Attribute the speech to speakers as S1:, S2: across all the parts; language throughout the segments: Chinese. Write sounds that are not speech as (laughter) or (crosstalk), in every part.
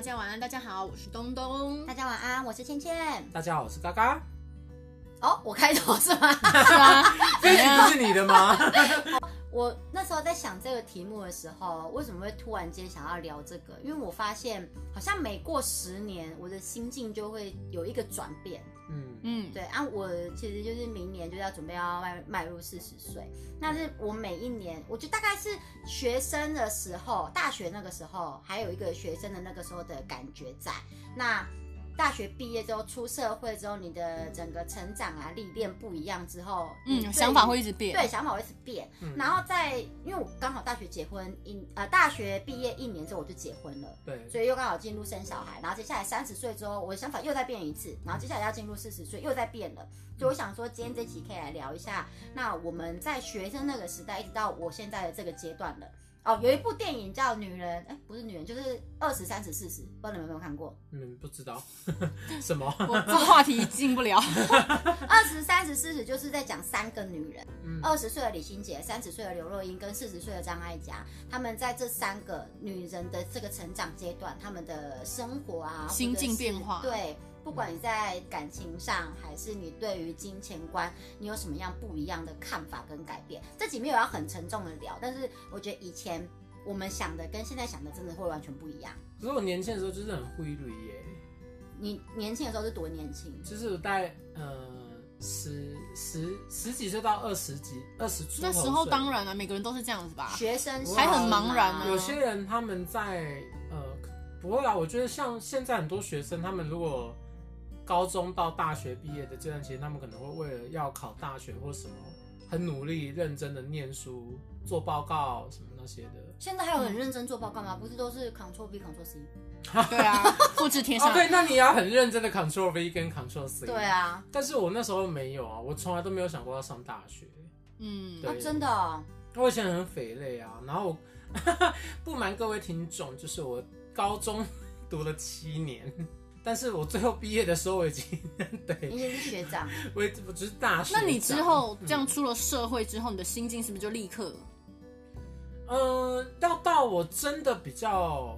S1: 家晚安，大家好，我是东东。
S2: 大家晚安，我是倩倩。
S3: 大家好，我是嘎嘎。
S2: 哦，我开头是吗？ (laughs)
S1: 是吧？
S3: (laughs) 这一集不是你的吗？
S2: 我那时候在想这个题目的时候，为什么会突然间想要聊这个？因为我发现好像每过十年，我的心境就会有一个转变。
S3: (laughs) 嗯，
S1: (laughs) 嗯，
S2: 对，啊，我其实就是明年就要准备要迈迈入四十岁，那是我每一年，我就大概是学生的时候，大学那个时候，还有一个学生的那个时候的感觉在。那大学毕业之后，出社会之后，你的整个成长啊历练不一样之后，你
S1: 嗯，
S2: 对
S1: 想法会一直变。
S3: (laughs)
S2: 对，想法会一直变。
S3: 嗯
S2: 然后在，因为我刚好大学结婚一呃，大学毕业一年之后我就结婚了，
S3: 对，
S2: 所以又刚好进入生小孩。然后接下来三十岁之后，我的想法又再变一次，然后接下来要进入四十岁又再变了。所以我想说，今天这期可以来聊一下，那我们在学生那个时代一直到我现在的这个阶段了。哦，有一部电影叫《女人》，哎，不是女人，就是二十三十四十，不知道你们有没有看过？
S3: 嗯，不知道 (laughs) 什么。
S1: 我这话题进
S3: (laughs)
S1: 不了。
S2: 二十三十四十就是在讲三个女人。
S3: 嗯，
S2: 二十岁的李心洁、三十岁的刘若英跟四十岁的张艾嘉，她们在这三个女人的这个成长阶段，她们的生活啊，
S1: 心
S2: 或者是
S1: 境变化嗯
S2: 对，不管你在感情上，还是你对于金钱观，你有什么样不一样的看法跟改变？这集没有要很沉重的聊，但是我觉得以前我们想的跟现在想的真的会完全不一样。
S3: 可是我年轻的时候就是很灰绿耶，
S2: 你年轻的时候是多年轻？
S3: 就是我大概呃十十十几岁到二十几二十出头岁。
S1: 那时候当然了、每个人都是这样子吧。
S2: 学生时
S3: 还很
S2: 期
S1: 啊茫
S2: 嘛
S1: 然啊
S3: 有些人他们在呃不会啦，我觉得像现在很多学生，他们如果高中到大学毕业的这段期间，他们可能会为了要考大学或什么，很努力认真的念书、做报告什么那些的。
S2: 现在还有
S1: 嗯
S2: 很认真做报告吗？不是都是 Ctrl V Ctrl C？
S1: 对
S3: (laughs)
S1: 啊，复制贴上。
S3: 哦，对，那你要很认真的 Control V 跟 Control C。
S2: 对。啊，
S3: 但是我那时候没有啊，我从来都没有想过要上大学。
S1: 嗯
S3: 对
S2: 哦，真的、哦。
S3: 我以前很肥累啊，然后我 (laughs) 不瞒各位听众，就是我高中读了七年，但是我最后毕业的时候我已经 (laughs) 对
S2: 你也是学长，
S3: 我已我只是大学
S1: 那
S3: 长。
S1: 你之后这样出了社会之后，你的心境是不是就立刻？
S3: 嗯，要到我真的比较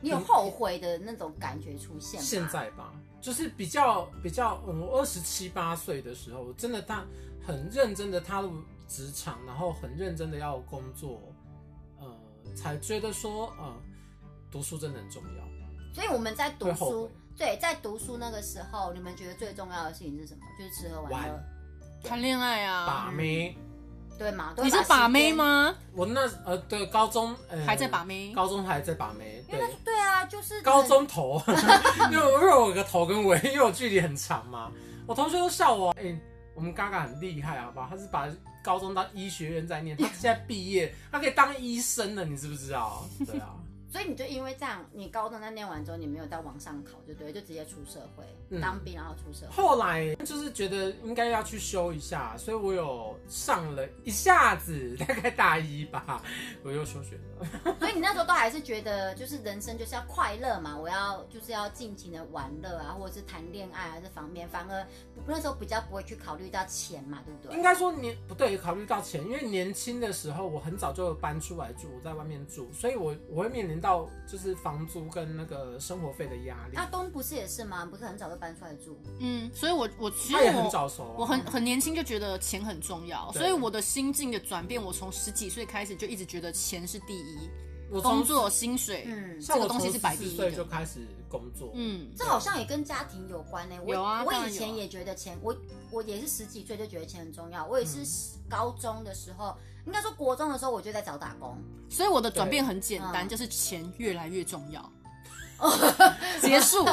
S2: 你有后悔的那种感觉出现吗？
S3: 现在吧，就是比较比较，嗯，我二十七八岁的时候，我真的踏很认真的踏入职场，然后很认真的要工作，呃，才觉得说，呃，读书真的很重要。
S2: 所以我们在读
S3: 会后
S2: 书
S3: 悔，
S2: 对，在读书那个时候，你们觉得最重要的事情是什么？就是吃喝玩乐
S3: 玩，
S1: 谈恋爱啊？
S3: 把妹，
S2: 对吗？都
S3: 嗯
S1: 你
S2: 会
S1: 是
S2: 时
S1: 把
S2: 间
S1: 妹？吗？
S3: 我那呃对高中呃
S1: 还在把妹？
S3: 高中还在把妹，
S2: 因
S3: 对
S2: 为那对啊，就是
S3: (laughs) 高中头，因为因为我有个头跟尾，因为我距离很长嘛，我同学都笑我，哎、我们嘎嘎很厉害，好不好？他是把高中当医学院在念，他现在毕业，他可以当医生了，你知不知道？对啊， (laughs)
S2: 很，所以你就因为这样，你高中在念完之后，你没有再往上考，就对，就直接出社会、
S3: 嗯
S2: 当兵，然后出社会。
S3: 后来就是觉得应该要去修一下，所以我有上了一下子，大概大一吧，我又休学了。
S2: 所以你那时候都还是觉得，就是人生就是要快乐嘛，我要就是要尽情的玩乐啊，或者是谈恋爱啊这方面，反而那时候比较不会去考虑到钱嘛，对不对？
S3: 应该说年不对，考虑到钱，因为年轻的时候我很早就搬出来住，我在外面住，所以我我会面临到就是房租跟那个生活费的压力。
S2: 阿东不是也是吗？不是很早就搬出来住？
S1: 嗯，所以我我其实
S3: 他也很
S1: 我
S3: 早熟、啊，
S1: 我很很年轻就觉得钱很重要，
S3: 对
S1: 所以我的心境的转变，我从十几岁开始就一直觉得钱是第一，
S3: 我从
S1: 工作薪水，
S2: 嗯，
S3: 像
S1: 这
S3: 我
S1: 个东西是摆第一的
S3: 14岁就开始工作，
S1: 嗯，
S2: 这好像也跟家庭有关呢、我
S1: 有啊
S2: 我
S1: 当然
S2: 以
S1: 有
S2: 前
S1: 啊
S2: 也觉得钱，我我也是十几岁就觉得钱很重要。我也是十
S1: 嗯
S2: 高中的时候，应该说国中的时候，我就在找打工。
S1: 所以我的转变很简单，
S2: 嗯哦
S1: 就是钱越来越重要。 (laughs) 结
S2: (laughs)
S1: 束，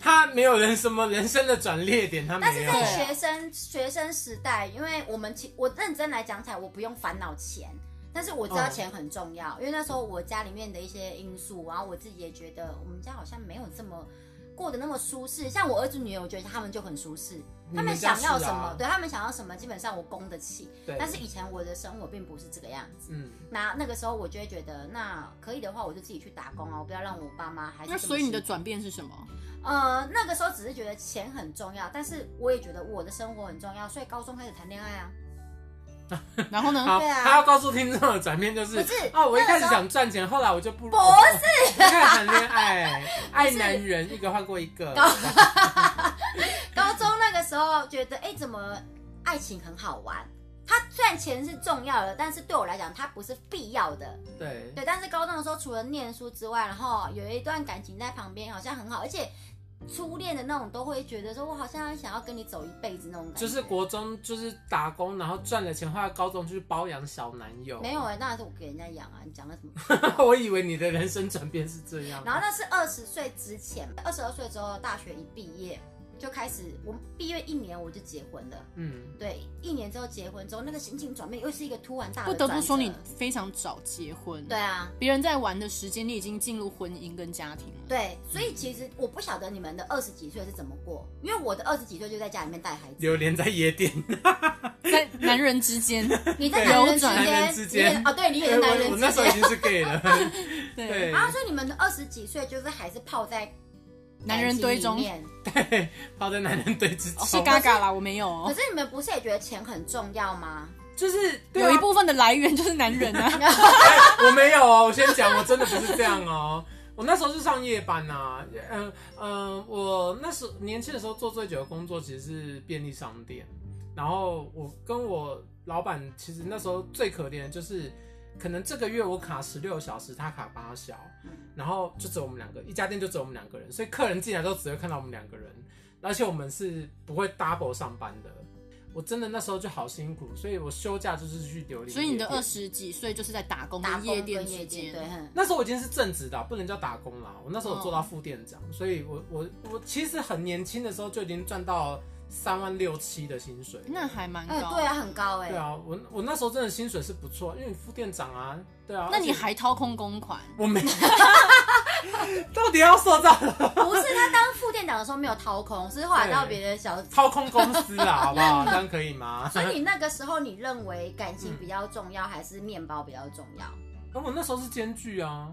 S3: 他没有人什么人生的转捩点，他
S2: 但
S3: 没
S2: 是
S3: 有。
S2: 在
S1: 啊
S2: 学生学生时代，因为我们其我认真来讲起来，我不用烦恼钱，但是我知
S1: 哦
S2: 道
S3: 嗯
S2: 钱很重要，因为那时候我家里面的一些因素，然后我自己也觉得我们家好像没有这么过得那么舒适。像我儿子女儿，我觉得他们就很舒适，
S3: 你
S2: 他们
S3: 们家
S2: 想要
S3: 是
S2: 什么，
S3: 啊
S2: 对他们想要什么，基本上我供得起。
S3: 对，
S2: 但是以前我的生活并不是这个样子。
S3: 嗯，
S2: 那那个时候我就会觉得，那可以的话，我就自己去打工哦，不要让我爸妈还是
S1: 那
S2: 这么
S1: 所以你的
S2: 辛苦
S1: 转变是什么？
S2: 呃，那个时候只是觉得钱很重要，但是我也觉得我的生活很重要，所以高中开始谈恋爱啊。
S1: 然后呢？
S3: 好，
S2: 对啊
S3: 他要告诉听众的转变就是，
S2: 不是
S3: 啊，我一开
S2: 那个时
S3: 始
S2: 候
S3: 想赚钱，后来我就不
S2: 不
S3: 是，我就开始谈
S2: (laughs)
S3: 恋爱，爱男人一个换过一个，
S2: 高中那个时候觉得，哎、怎么爱情很好玩？它赚钱是重要的，但是对我来讲，它不是必要的。
S3: 对，
S2: 对，但是高中的时候，除了念书之外，然后有一段感情在旁边，好像很好，而且初恋的那种都会觉得说，我好像想要跟你走一辈子那种感觉。
S3: 就是国中就是打工，然后赚了钱，后来高中就是包养小男友。
S2: 没有哎、当然是我给人家养啊，你讲的什么？
S3: (laughs) 我以为你的人生转变是这样。
S2: 然后那是二十岁之前，二十二岁之后，大学一毕业就开始，我毕业一年我就结婚了。
S3: 嗯，
S2: 对，一年之后结婚之后，那个心情转变又是一个突然大的
S1: 不得不
S2: 转
S1: 说，
S2: 折
S1: 你非常早结婚，
S2: 对，啊，
S1: 别人在玩的时间，你已经进入婚姻跟家庭了。
S2: 对，所以其实我不晓得你们的二十几岁是怎么过，因为我的二十几岁就在家里面带孩子。
S3: 流连在夜店，
S1: 在男人之
S2: (laughs)
S1: 间，
S2: 你在男人
S1: 对
S2: 之
S1: 男
S2: 间，
S3: 人之
S2: 你也
S3: 间
S2: 哦，对，你也是
S3: 我
S2: 男人
S3: 我
S2: 之
S3: 那时候已
S2: 间。
S3: 经是 gay 了。对
S2: 然后所以你们的二十几岁就是还是泡在
S1: 男人堆
S2: 感
S1: 中
S2: 情里面
S3: 对，泡在男人堆之
S2: 哦
S3: 中，
S1: 是嘎嘎啦，我没有
S2: 可
S1: 哦。
S2: 是你们不是也觉得钱很重要吗？
S3: 就是对啊
S1: 有一部分的来源就是男人啊，
S3: 哎我没有哦，我先讲，我真的不是这样哦。我那时候是上夜班呐、嗯嗯，我那时候年轻的时候做最久的工作其实是便利商店，然后我跟我老板其实那时候最可怜的就是，可能这个月我卡十六小时，他卡八小
S2: 嗯，
S3: 然后就只有我们两个，一家店就只有我们两个人，所以客人进来都只会看到我们两个人，而且我们是不会 double 上班的。我真的那时候就好辛苦，所以我休假就是去留
S1: (laughs)
S3: 林。
S1: 所以你的二十几岁就是在打工
S2: 打
S1: 跟
S2: 工
S1: 夜
S2: 跟
S1: 店
S2: 夜
S1: 之
S2: 店，
S1: 间
S2: 对，，哼
S3: 那时候我已经是正职的啊、不能叫打工啦。我那时候有做
S1: 哦
S3: 到副店长，所以我我我其实很年轻的时候就已经赚到三万六七的薪水。
S1: 那还蛮
S2: 哎，
S1: 高。
S2: 对啊，，很高哎
S3: 对。啊，我我那时候真的薪水是不错，因为你副店长啊，对啊。
S1: 那你
S3: 而且
S1: 还掏空公款？
S3: 我没， (laughs) 到底要塑造 (laughs)
S2: 不是他当副店长的时候没有掏空，是后来到别的小。
S3: 掏空公司
S1: (laughs)
S3: 啊，好不好？这样可以吗？ (laughs)
S2: 所以你那个时候，你认为感情比较重要，还是面包比较重要？
S3: 那我那时候是兼具啊，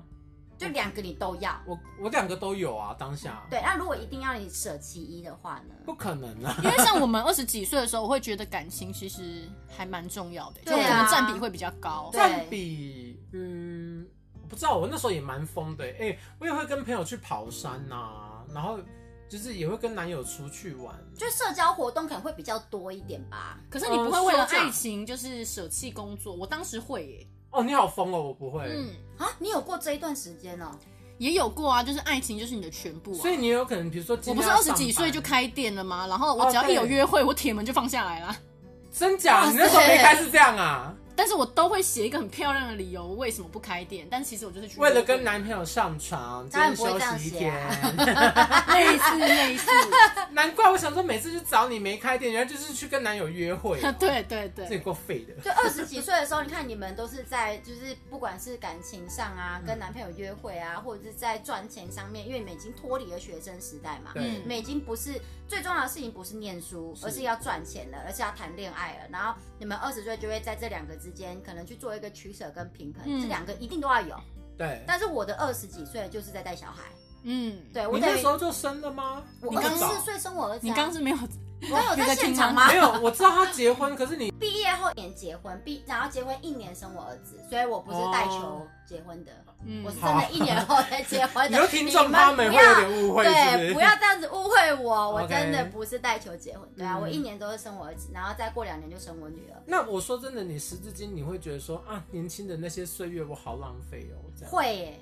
S2: 就两个你都要。
S3: 我我两个都有啊，当下。
S2: 对，那如果一定要你舍其一的话呢？
S3: 不可能啊，
S1: 因为像我们二十几岁的时候，我会觉得感情其实还蛮重要的，就
S2: 对
S1: 可
S2: 啊
S1: 能占比会比较高。
S2: 对啊
S3: 占比，嗯，我不知道，我那时候也蛮疯的、欸，哎、我也会跟朋友去跑山呐、然后就是也会跟男友出去玩，
S2: 就社交活动可能会比较多一点吧。
S1: 可是你不会为了
S3: 嗯说这样
S1: 爱情就是舍弃工作，我当时会耶，
S3: 哦，你好疯哦，我不会，
S1: 嗯，
S2: 啊，你有过这一段时间哦、
S1: 也有过啊，就是爱情就是你的全部啊。
S3: 所以你也有可能，比如说今
S1: 我
S3: 天
S1: 不是
S3: 要
S1: 二十
S3: 上
S1: 几
S3: 班
S1: 岁就，开店了吗？然后
S3: 哦
S1: 我只要
S3: 对
S1: 一有约会，我铁门就放下来啦。
S3: 真假？
S2: 哇
S3: 你那时候
S2: 塞
S3: 没开是这样啊？
S1: 但是我都会写一个很漂亮的理由，为什么不开店？但其实我就是去
S3: 为了跟男朋友上床，今
S2: 当然
S3: 天
S2: 不会
S3: 休
S2: 这样
S3: 息一
S2: 写
S3: 天
S2: 啊，
S1: 类似类似，，
S3: (laughs) 难怪我想说每次去找你没开店，原来就是去跟男友约会、
S2: (laughs)
S3: 啊
S1: 对对
S3: 这也
S1: 对，
S3: 够废的。
S2: 就二十几岁的时候，你看你们都是在就是不管是感情上啊，
S3: 嗯
S2: 跟男朋友约会啊，或者是在赚钱上面，因为你们已经脱离了学生时代嘛。
S3: 对
S1: 嗯
S2: 你，们已经不是最重要的事情，不是念书，
S3: 是
S2: 而是要赚钱了，而是要谈恋爱了。然后你们二十岁就会在这两个之间，可能去做一个取舍跟平衡，
S1: 嗯
S2: 这两个一定都要有。
S3: 对，
S2: 但是我的二十几岁就是在带小孩，
S1: 嗯，
S2: 对我
S3: 你
S2: 等
S3: 那
S2: 于
S3: 时候就生了吗？
S2: 我
S3: 你
S2: 二
S3: 更
S2: 十
S3: 早
S2: 四岁生我儿子、啊，
S1: 你刚刚是没有，
S2: 我有在现场吗
S3: 没？有，我知道他结婚，可是你
S2: 毕业后一年结婚，毕然后结婚一年生我儿子，所以我不是带球
S3: 哦
S2: 结婚的，
S1: 嗯
S2: 我是，真的一年后才结婚
S3: (laughs) 你
S2: 的。
S3: 又听众
S2: 呃你
S3: 他们
S2: 不
S3: 会有
S2: 要。
S3: 点误会，是不
S2: 对，
S3: 是？
S2: 不要这样子误会我，我
S3: OK
S2: 真的不是带球结婚。对啊，
S3: 嗯
S2: 我一年都是生我儿子，然后再过两年就生我女儿。
S3: 那我说真的，你时至今你会觉得说啊，年轻的那些岁月我好浪费哦，这样。，
S2: 会耶，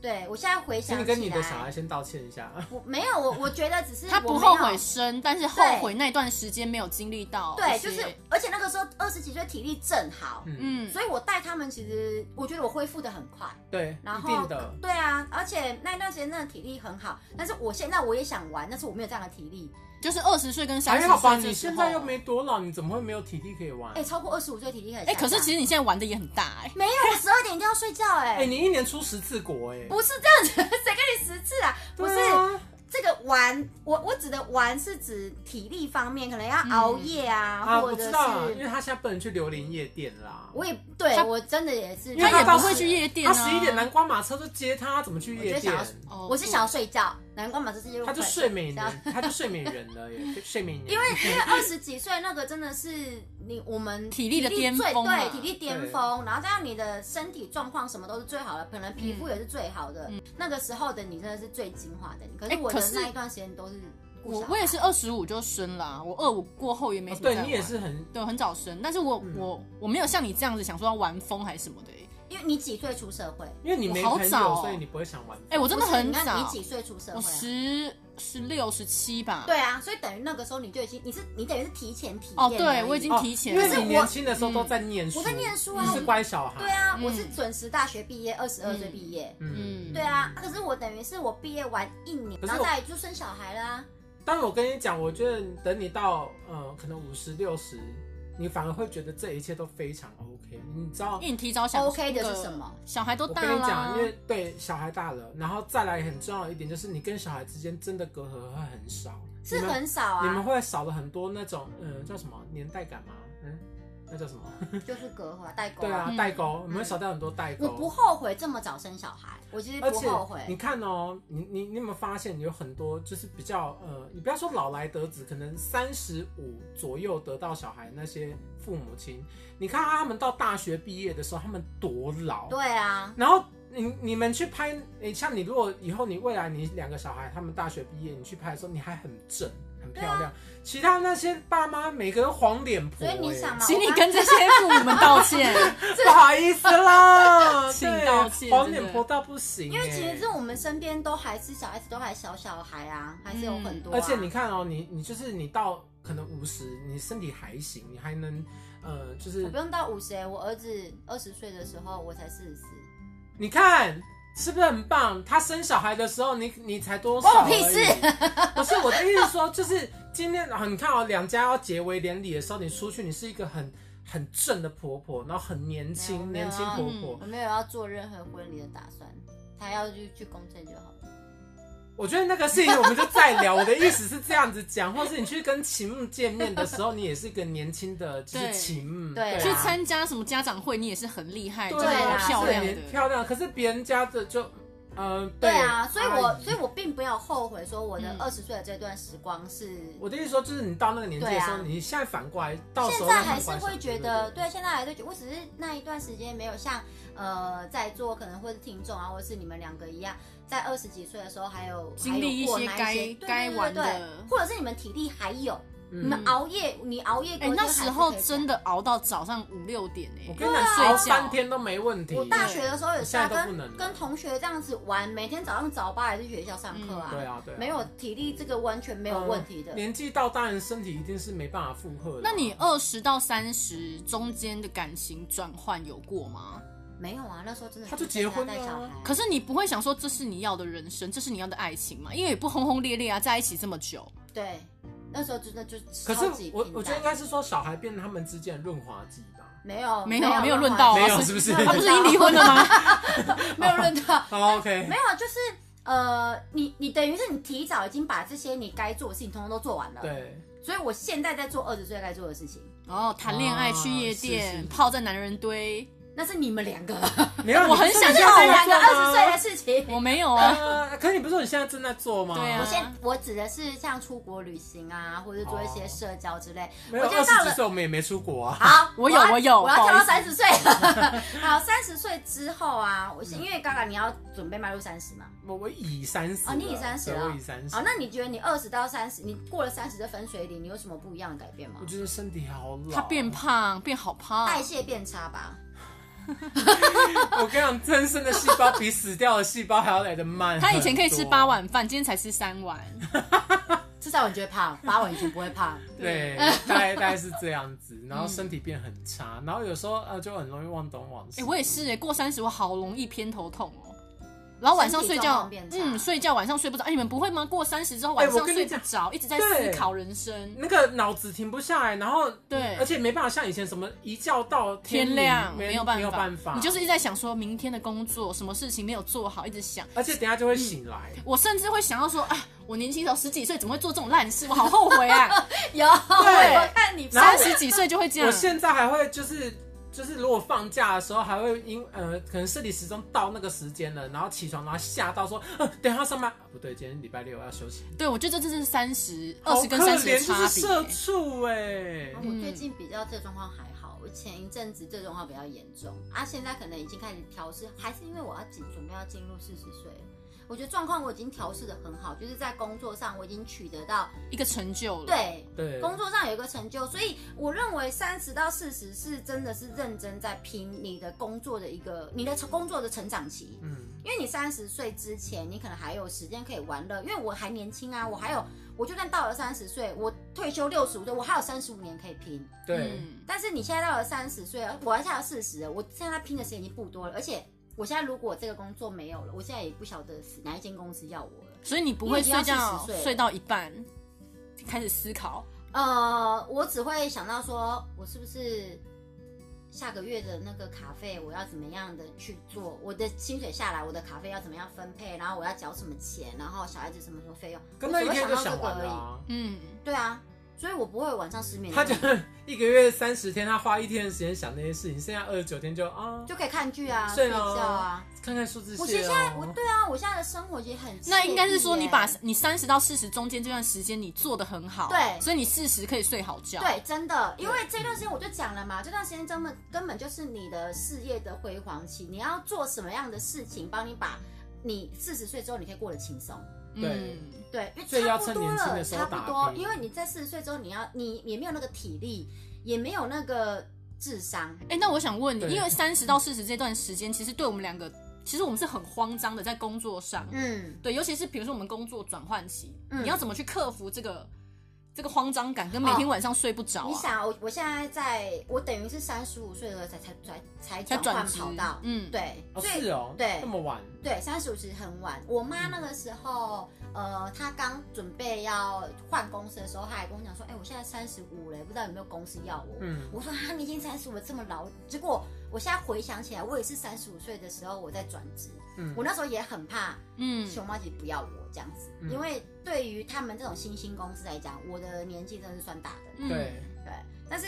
S2: 对我现在回
S3: 请
S2: 想
S3: 你
S2: 起来，
S3: 跟你的小孩先道歉一下。 (laughs)
S2: 我没有我，我觉得只是
S1: 他不
S2: 我没
S1: 后
S2: 有
S1: 悔生，但是后悔那段时间没有经历到，
S2: 对，就是而且那个时候二十几岁体力正好，
S3: 嗯，
S1: 嗯，
S2: 所以我带他们其实我觉得我恢复的很快。
S3: 对，
S2: 然
S3: 一
S2: 后
S3: 定的。
S2: 对啊，而且那一段时间真的体力很好，但是我现在我也想玩，但是我没有这样的体力。
S1: 就是二十岁跟三
S3: 还
S1: 十
S3: 好吧，
S1: 岁
S3: 你
S1: 这时
S3: 现
S1: 候
S3: 在又没多老，你怎么会没有体力可以玩
S2: 哎、？超过二十五岁体力很下
S1: 哎，
S2: 降。
S1: 可是其实你现在玩的也很大哎，
S2: 没有，我十二点一定要睡觉哎、
S3: 哎，你一年出十次国哎，
S2: 不是这样子，谁跟你十次啊？不是、
S3: 对啊，
S2: 这个玩，我我指的玩是指体力方面，可能要熬夜啊，
S3: 啊，
S2: 或
S3: 我
S2: 者
S3: 知
S2: 是、
S3: 道啊，因为他现在不能去榴莲夜店啦。
S2: 我也对
S1: 他
S2: 我真的也是，
S3: 因为
S1: 他也
S3: 到
S1: 不会去夜店
S3: 他
S1: 啊，
S3: 十一点南瓜马车都接他，怎么去
S2: 我
S3: 夜
S2: 就想
S3: 店
S2: 要？
S1: 哦
S2: 我是想要睡觉，难怪马这世界
S3: 他就睡美
S2: 美
S3: 人，他就睡美人了耶，睡美人。
S2: 因为因为二十几岁那个真的是你我们
S1: (laughs) 体力的
S2: 最
S1: 巅峰啊
S2: 对体力巅峰，然后加上你的身体状况什么都是最好的，可能皮
S1: 嗯
S2: 肤也是最好的，那个时候的你真的是最精华的你。可是
S1: 哎
S2: 我
S1: 可
S2: 的
S1: 是
S2: 那一段时间都是顾小
S1: 我
S2: 孩
S1: 我也是二十五就生啦，我二五过后也没
S3: 哦
S1: 什么再玩、
S3: 对你也是嗯很
S1: 对很早生，但是我、我我没有像你这样子想说要玩疯还是什么的、欸，
S2: 因为你几岁出社会？
S3: 因为你没
S1: 我好
S3: 朋友，
S1: 早哦
S3: 所以你不会想玩。
S1: 哎、我真的
S2: 不是
S1: 很
S2: 你看
S1: 早
S2: 你，几岁出社会
S1: 我
S2: 啊？
S1: 十十六十七吧，
S2: 对啊，所以等于那个时候你就已经你是你等于是提前体验
S1: 哦对
S2: 而已
S1: 我已经
S3: 哦
S1: 提前
S3: 因
S2: 可是
S3: 为你
S2: 我
S3: 年轻的时候都在念书，
S2: 我在念书啊
S3: 你是乖小孩。
S2: 对啊，
S1: 嗯
S2: 我是准时大学毕业，二十二岁毕业。
S3: 嗯。
S1: 嗯，
S2: 对啊，可是我等于是我毕业完一年，
S3: 可是
S2: 然后
S3: 我
S2: 再来就生小孩啦、
S3: 但我跟你讲，我觉得等你到呃，可能五十六十，你反而会觉得这一切都非常 OK。你知
S2: 哎
S3: 道
S1: 因为你提早想
S2: OK 的
S1: 那个
S2: 是什么？
S1: 小孩都
S3: 我
S1: 大
S3: 跟你
S2: 啊
S1: 啦
S3: 讲，因，为对小孩大了，然后再来很重要一点就是，你跟小孩之间真的隔阂会很少，
S2: 是
S3: 你们、
S2: 很少
S3: 你们
S2: 啊，
S3: 会少了很多那种嗯叫什么年代感吗？嗯，
S2: (laughs)
S3: 那叫什么？
S2: 就是隔阂代沟、
S3: 对啊，
S1: 嗯
S3: 代沟，你们会少掉很多代沟。
S2: 我不后悔这么早生小孩，我其实
S3: 而
S2: 不
S3: 且
S2: 后
S3: 你
S2: 悔。
S3: 看哦，你你你有没有发现有很多就是比较呃，你不要说老来得子，可能三十五左右得到小孩那些父母亲，你看他们到大学毕业的时候，他们多老，
S2: 对啊，
S3: 然后你你们去拍，你像你如果以后你未来你两个小孩他们大学毕业，你去拍的时候你还很正很漂亮，其他那些爸妈每个人黄脸婆、
S2: 啊所以你
S3: 欸
S2: 想嘛，
S1: 请
S2: 我
S1: 你
S2: 刚
S1: 跟这些父母们道
S2: (laughs)
S1: 歉，
S3: 不好意思啦，
S1: 请
S3: 对
S1: 道歉
S3: 黄
S1: 真的
S3: 脸婆到不行欸、
S2: 因为其实是我们身边都还是小孩子，都还小小孩啊，还是有很多啊、
S3: 而且你看哦，你你就是你到可能五十，你身体还行，你还能呃，就
S2: 我
S3: 是
S2: 不用到五十、欸我儿子二十岁的时候，我才四十四。
S3: 你看是不是很棒？他生小孩的时候，你你才多少？
S2: 关我屁事！
S3: (laughs) 不是我的意思说，就是今天啊，你看哦，两家要结为连理的时候，你出去，你是一个很很正的婆婆，然后很年轻
S2: 没有嗯
S3: 年轻婆婆。
S2: 我没有要做任何婚礼的打算，他要去去公证就好了。
S3: 我觉得那个事情我们就再聊。我的意思是这样子讲，或是你去跟秦牧见面的时候，你也是一个年轻的，就是
S1: 对
S3: 秦牧
S2: 对
S3: 啊
S1: 去参加什么家长会，你也是很厉害，
S3: 对
S1: 真的
S2: 啊
S1: 很漂亮
S3: 是
S1: 的
S3: 很，漂亮。可是别人家的就，哎嗯，
S2: 对啊，所以我
S3: 阿姨
S2: 所以我并没有后悔说我的
S1: 嗯
S2: 二十岁的这段时光是。
S3: 我的意思说，就是你到那个年纪的时候，
S2: 对啊
S3: 你现在反过来，到时
S2: 现
S3: 候
S2: 在还
S3: 再
S2: 是
S3: 反过来
S2: 会
S3: 想
S2: 觉得，
S3: 对
S2: 对，现在还是觉得，我只是那一段时间没有像呃在座可能或是听众啊，或是你们两个一样，在二十几岁的时候还有
S1: 经历
S2: 还有过
S1: 一些
S2: 那
S1: 该
S2: 些对
S1: 该
S2: 对对
S1: 玩
S2: 对
S1: 的
S2: 或者是你们体力还有，你
S3: 嗯
S2: 们熬夜，你熬夜，
S1: 哎、那时候真
S2: 的。
S1: 的熬到早上五六点哎、
S3: 我跟你讲，
S1: 睡
S3: 熬
S1: 觉
S3: 三天都没问题。
S2: 啊我大学的时候也是啊，
S3: 现在都不
S2: 跟
S3: 能了
S2: 跟同学这样子玩，每天早上早八还是学校上课啊，
S3: 对啊，嗯对啊，
S2: 没有体力这个完全没有问题的。
S3: 年纪到，当然身体一定是没办法负荷的。
S1: 那你二十到三十中间的感情转换有过吗？
S2: 没有啊，那时候真的
S3: 他就结婚了啊
S2: 带小孩，
S1: 可是你不会想说这是你要的人生，这是你要的爱情嘛？因为也不轰轰烈烈啊，在一起这么久，
S2: 对，那时候真的就
S3: 可
S2: 超级
S3: 是我
S2: 平淡
S3: 我觉得应该是说，小孩变成他们之间的润滑剂吧。
S2: 没有
S1: 没有
S2: 有
S1: 没
S2: 没
S1: 有论到啊，
S3: 没有是不是
S1: 他不是已经离婚了
S3: (laughs)
S1: 吗？
S2: 没有论到， (laughs)
S3: 好，OK，
S2: 没有就是呃，你你等于是你提早已经把这些你该做的事情通通都做完了，， (laughs)
S3: 对，
S2: 所以我现在在做二十岁该做的事情，
S1: 哦，谈恋爱去夜店，
S3: 哦是是
S1: 泡在男人堆，
S2: 那是你们两
S1: (laughs)
S2: 个，
S3: 没有，
S1: 我很想
S2: 是
S1: 要
S2: 我
S1: 这
S2: 们两
S1: 样
S2: 个
S1: 做吗
S2: 二十岁的事情。
S1: 我没有 (laughs) 啊。
S3: 呃，可是你不是说你现在正在做吗？
S1: 对啊
S2: 我现我指的是像出国旅行啊，或者做一些社交之类。
S3: 哦没有
S2: 我觉
S3: 二
S2: 得到
S3: 十
S2: 了
S3: 几岁，我们也没出国啊。
S2: 好，
S1: (laughs) 我有
S2: 要
S1: 我有
S2: 我要跳
S1: 不好意
S2: 到
S1: 思
S2: 三十岁
S1: (laughs)
S2: 了。好，三十岁之后啊，我
S1: 嗯
S2: 是因为刚刚你要准备迈入三十嘛。
S3: 我我已三十了
S2: 哦你已30
S3: 对
S2: 了
S3: 我已三十。
S2: 好，那你觉得你二十到三十，你过了三十的分水岭，你有什么不一样的改变吗
S3: 我？觉得身体好老，
S1: 他变。胖，变好胖，
S2: 代谢变差吧？
S3: 我跟你讲，增生的细胞比死掉的细胞还要来得慢。
S1: 他以前可以吃八，碗
S3: (laughs)
S1: 饭，今天才吃三碗。
S2: 至少你觉得胖，八碗以前不会
S3: (laughs)
S2: 胖。
S3: 对，大概大概是这样子，
S1: 嗯
S3: 然后身体变很差，然后有时候呃就很容易忘东忘
S1: 哎、
S3: 西。
S1: 我也是哎、过三十我好容易偏头痛哦。然后晚上睡觉
S2: 身体状况变，差
S1: 嗯，睡觉晚上睡不着。哎、你们不会吗？过三十之后晚
S3: 哎我
S1: 上
S3: 跟你
S1: 睡不
S3: 讲
S1: 着，一直在
S3: 对
S1: 思考人生。
S3: 那个脑子停不下来，然后
S1: 对
S3: 而且没办法像以前什么一觉到
S1: 天
S3: 明
S1: 亮
S3: 没
S1: 没有办法，
S3: 没有办法，
S1: 你就是一直在想说明天的工作，什么事情没有做好，一直想。
S3: 而且等一下就
S1: 嗯
S3: 会醒来。
S1: 我甚至会想要说，啊，我年轻的时候十几岁怎么会做这种烂事？我好
S3: (laughs)
S1: 后悔啊！
S2: 有，我有看你
S1: 三
S2: 胖。
S1: 十几岁就会这样
S3: 我。现在还会就是就是如果放假的时候还会因呃，可能生理时钟到那个时间了，然后起床，然后吓到说，呃，等一下要上班，不对，今天礼拜六要休息。
S1: 对，我觉得这就是三十
S3: 好
S1: 二十跟三十
S3: 可
S1: 的
S3: 怜就
S1: 差
S3: 是
S1: 别、
S3: 社畜哎、
S2: 啊我最近比较这状况还好，我前一阵子这状况比较严重啊，现在可能已经开始调试，还是因为我要进准备要进入四十岁了。我觉得状况我已经调试的很好，就是在工作上我已经取得到
S1: 一个成就了。，
S2: 对
S3: 对，
S2: 工作上有一个成就，所以我认为三十到四十是真的是认真在拼你的工作的一个你的工作的成长期。
S3: 嗯，
S2: 因为你三十岁之前，你可能还有时间可以玩乐，因为我还年轻啊，我还有，我就算到了三十岁，我退休六十五岁，我还有三十五年可以拼。
S3: 对，
S1: 嗯，
S2: 但是你现在到了三十岁，我要下到四十，我现在拼的时间已经不多了，而且我现在如果这个工作没有了，我现在也不晓得是哪一间公司要我了。
S1: 所以你不会睡觉
S2: 因为已经要40岁了
S1: 睡到一半开始思考，
S2: 呃，我只会想到说，我是不是下个月的那个卡费我要怎么样的去做？我的薪水下来，我的卡费要怎么样分配？然后我要缴什么钱？然后小孩子什么什么费用？
S3: 跟那一
S2: 我只
S3: 天
S2: 会
S3: 就
S2: 到这
S3: 想
S2: 个
S3: 完
S2: 而
S3: 了、
S2: 已。
S3: 啊。
S1: 嗯，
S2: 对啊，所以我不会晚上失眠的
S3: 他
S2: 问题。
S3: 就一个月三十天，他花一天的时间想那些事情，剩下二十九天就啊，
S2: 就可以看剧啊，
S3: (laughs) 睡哦
S2: 睡觉
S3: 咯
S2: 啊。
S3: 看看数字
S2: 我其
S3: 线
S2: 实现在我
S3: 哦。
S2: 对啊，我现在的生活也很
S1: 那应该是说
S2: 惬意
S1: 你
S2: 耶
S1: 把你三十到四十中间这段时间你做的很好，
S2: 对
S1: 所以你四十可以睡好觉，，
S2: 对，真的，因为这
S3: 嗯
S2: 段时间我就讲了嘛，这段时间根本根本就是你的事业的辉煌期，你要做什么样的事情，帮你把你四十岁之后你可以过得轻松。
S3: 对
S1: 嗯，
S2: 对，因
S3: 所以
S2: 为差
S3: 要
S2: 不
S3: 趁
S2: 多
S3: 年轻的
S2: 了，
S3: 时候
S2: 差
S3: 打
S2: 不多，
S3: 拼
S2: 因为你在四十岁之后，你要你也没有那个体力，也没有那个智商，
S1: 哎、那我想问你，
S3: 对
S1: 因为三十到四十这段时间，其实对我们两个，其实我们是很慌张的，在工作上，
S2: 嗯，
S1: 对，尤其是比如说我们工作转换期，
S2: 嗯哦
S1: 你要怎么去克服这个这个慌张感，跟每天晚上睡不着、啊
S2: 你想啊，我我现在在我等于是三十五岁了才才才
S1: 才
S2: 才转
S1: 转
S2: 换
S1: 职
S2: 跑道，
S1: 嗯，
S2: 对，
S3: 哦，
S2: 所以
S3: 是哦，
S2: 对
S3: 那么晚，
S2: 对，三十五其实很晚。我
S3: 嗯
S2: 妈那个时候，呃，她刚准备要换公司的时候，她还跟我讲说：“哎、我现在三十五了，不知道有没有公司要我。
S3: 嗯，
S2: 我说：“啊，你已经三十五了，这么老。”结果我现在回想起来，我也是三十五岁的时候我在转职，
S3: 嗯
S2: 我那时候也很怕
S1: 嗯，
S2: 熊猫姐不要我这样子，
S3: 嗯
S2: 因为对于他们这种新兴公司来讲，我的年纪真的是算大的。
S1: 嗯
S3: 对，
S2: 对，但是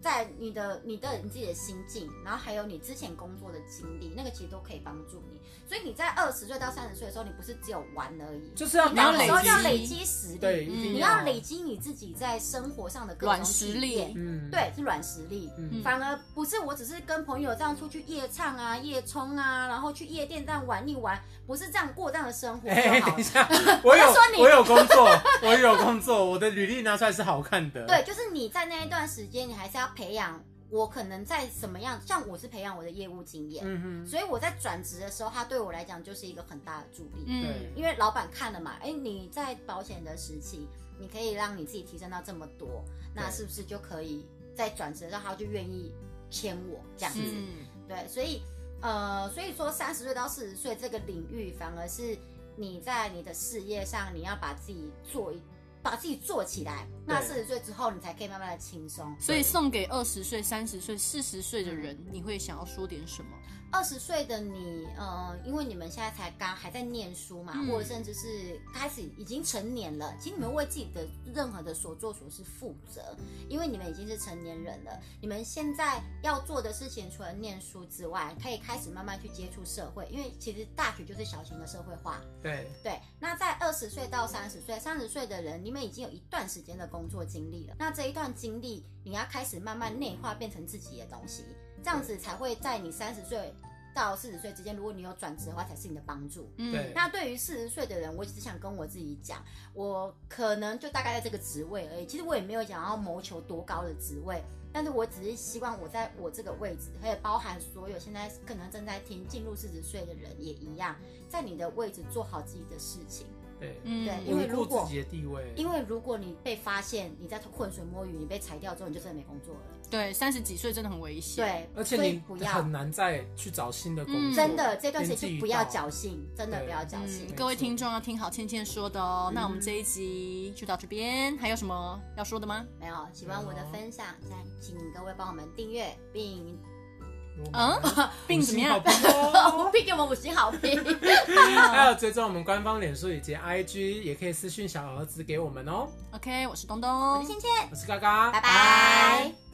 S2: 在你的、你的、你自己的心境，然后还有你之前工作的经历，那个其实都可以帮助你。所以你在二十岁到三十岁的时候，你不是只有玩而已，
S3: 就是要
S2: 你
S1: 要
S3: 打
S2: 那
S3: 好
S2: 时候
S1: 积
S2: 要累积实
S3: 对，
S2: 力，
S3: 一
S1: 嗯
S3: 定
S2: 你要累，积你自己在生活上的各种
S1: 软实
S2: 体
S1: 力
S2: 验
S3: 嗯，
S2: 对，是软实力。
S3: 嗯，
S2: 反而不是我只是跟朋友这样出去夜唱啊、夜冲啊，然后去夜店这样玩一玩，不是这样过这样的生活
S3: (laughs) 哎、
S2: 就好
S3: 等
S2: 了 (laughs)
S3: 一。下，我有
S2: 我说你
S3: 我有工作， (laughs) 我有工作，我的履历拿出来是好看的。
S2: 对，就是你在那一段时间，你还是要培养。我可能在什么样，像我是培养我的业务经验，
S3: 嗯哼，
S2: 所以我在转职的时候，它对我来讲就是一个很大的助力。
S1: 嗯
S3: 对
S2: 因为老板看了嘛，哎，你在保险的时期，你可以让你自己提升到这么多，那
S3: 对
S2: 是不是就可以在转职的时候，他就愿意签我这样子？
S3: 是
S1: 嗯，
S2: 对，所以呃，所以说三十岁到四十岁这个领域，反而是你在你的事业上，你要把自己做一把自己做起来。那
S3: 对
S2: 四十岁之后，你才可以慢慢的轻松。
S1: 所以送给二十岁、三十岁、四十岁
S3: 嗯
S1: 的人，你会想要说点什么？
S2: 二十岁的你，呃，因为你们现在才刚还在念书嘛，
S1: 嗯
S2: 或者甚至是开始已经成年了，其实你们为自己的任何的所作所事负责，因为你们已经是成年人了。你们现在要做的事情，除了念书之外，可以开始慢慢去接触社会，因为其实大学就是小型的社会化。
S3: 对，
S2: 对，那在二十岁到三十岁，三十岁的人，你们已经有一段时间的工作经历了。那这一段经历，你要开始慢慢内化，变成自己的东西，这样子才会在你三十岁到四十岁之间，如果你有转职的话，才是你的帮助。
S1: 嗯
S3: 对，
S2: 那对于四十岁的人，我只想跟我自己讲，我可能就大概在这个职位而已。其实我也没有想要谋求多高的职位，但是我只是希望我在我这个位置，还有包含所有现在可能正在听进入四十岁的人也一样，在你的位置做好自己的事情。
S3: 对，
S1: 嗯
S2: 对因为
S3: 稳固
S2: 如果
S3: 自己的地位，
S2: 因为如果你被发现你在浑水摸鱼，你被裁掉之后，你就真的没工作了。
S1: 对，三十几岁真的很危险。，
S2: 对，
S3: 而且
S2: 所以
S3: 你
S2: 不
S3: 很
S2: 要。
S3: 难再去找新的工
S1: 嗯
S3: 作，
S2: 真的，这段时
S3: 年
S2: 间
S3: 纪
S2: 就不要
S3: 到
S2: 侥幸，真的
S3: 对
S2: 不要侥幸
S1: 嗯。，
S3: 错
S1: 各位听众要听好倩倩说的哦。那我们这一集就到这边，还有什么要说的吗？
S2: 没有喜欢我的分享，那请各位帮我们订阅并啊
S3: (laughs) 嗯，
S1: 并啊怎么样
S3: 五星好
S2: (laughs)
S3: 评
S2: 我
S3: 哦
S2: 并给我们五星好评。
S3: 还有追踪我们官方脸书以及 IG，也可以私讯小盒子给我们哦。
S1: OK，我是东东，
S2: 我是倩倩，
S3: 我是嘎嘎，
S2: 拜拜。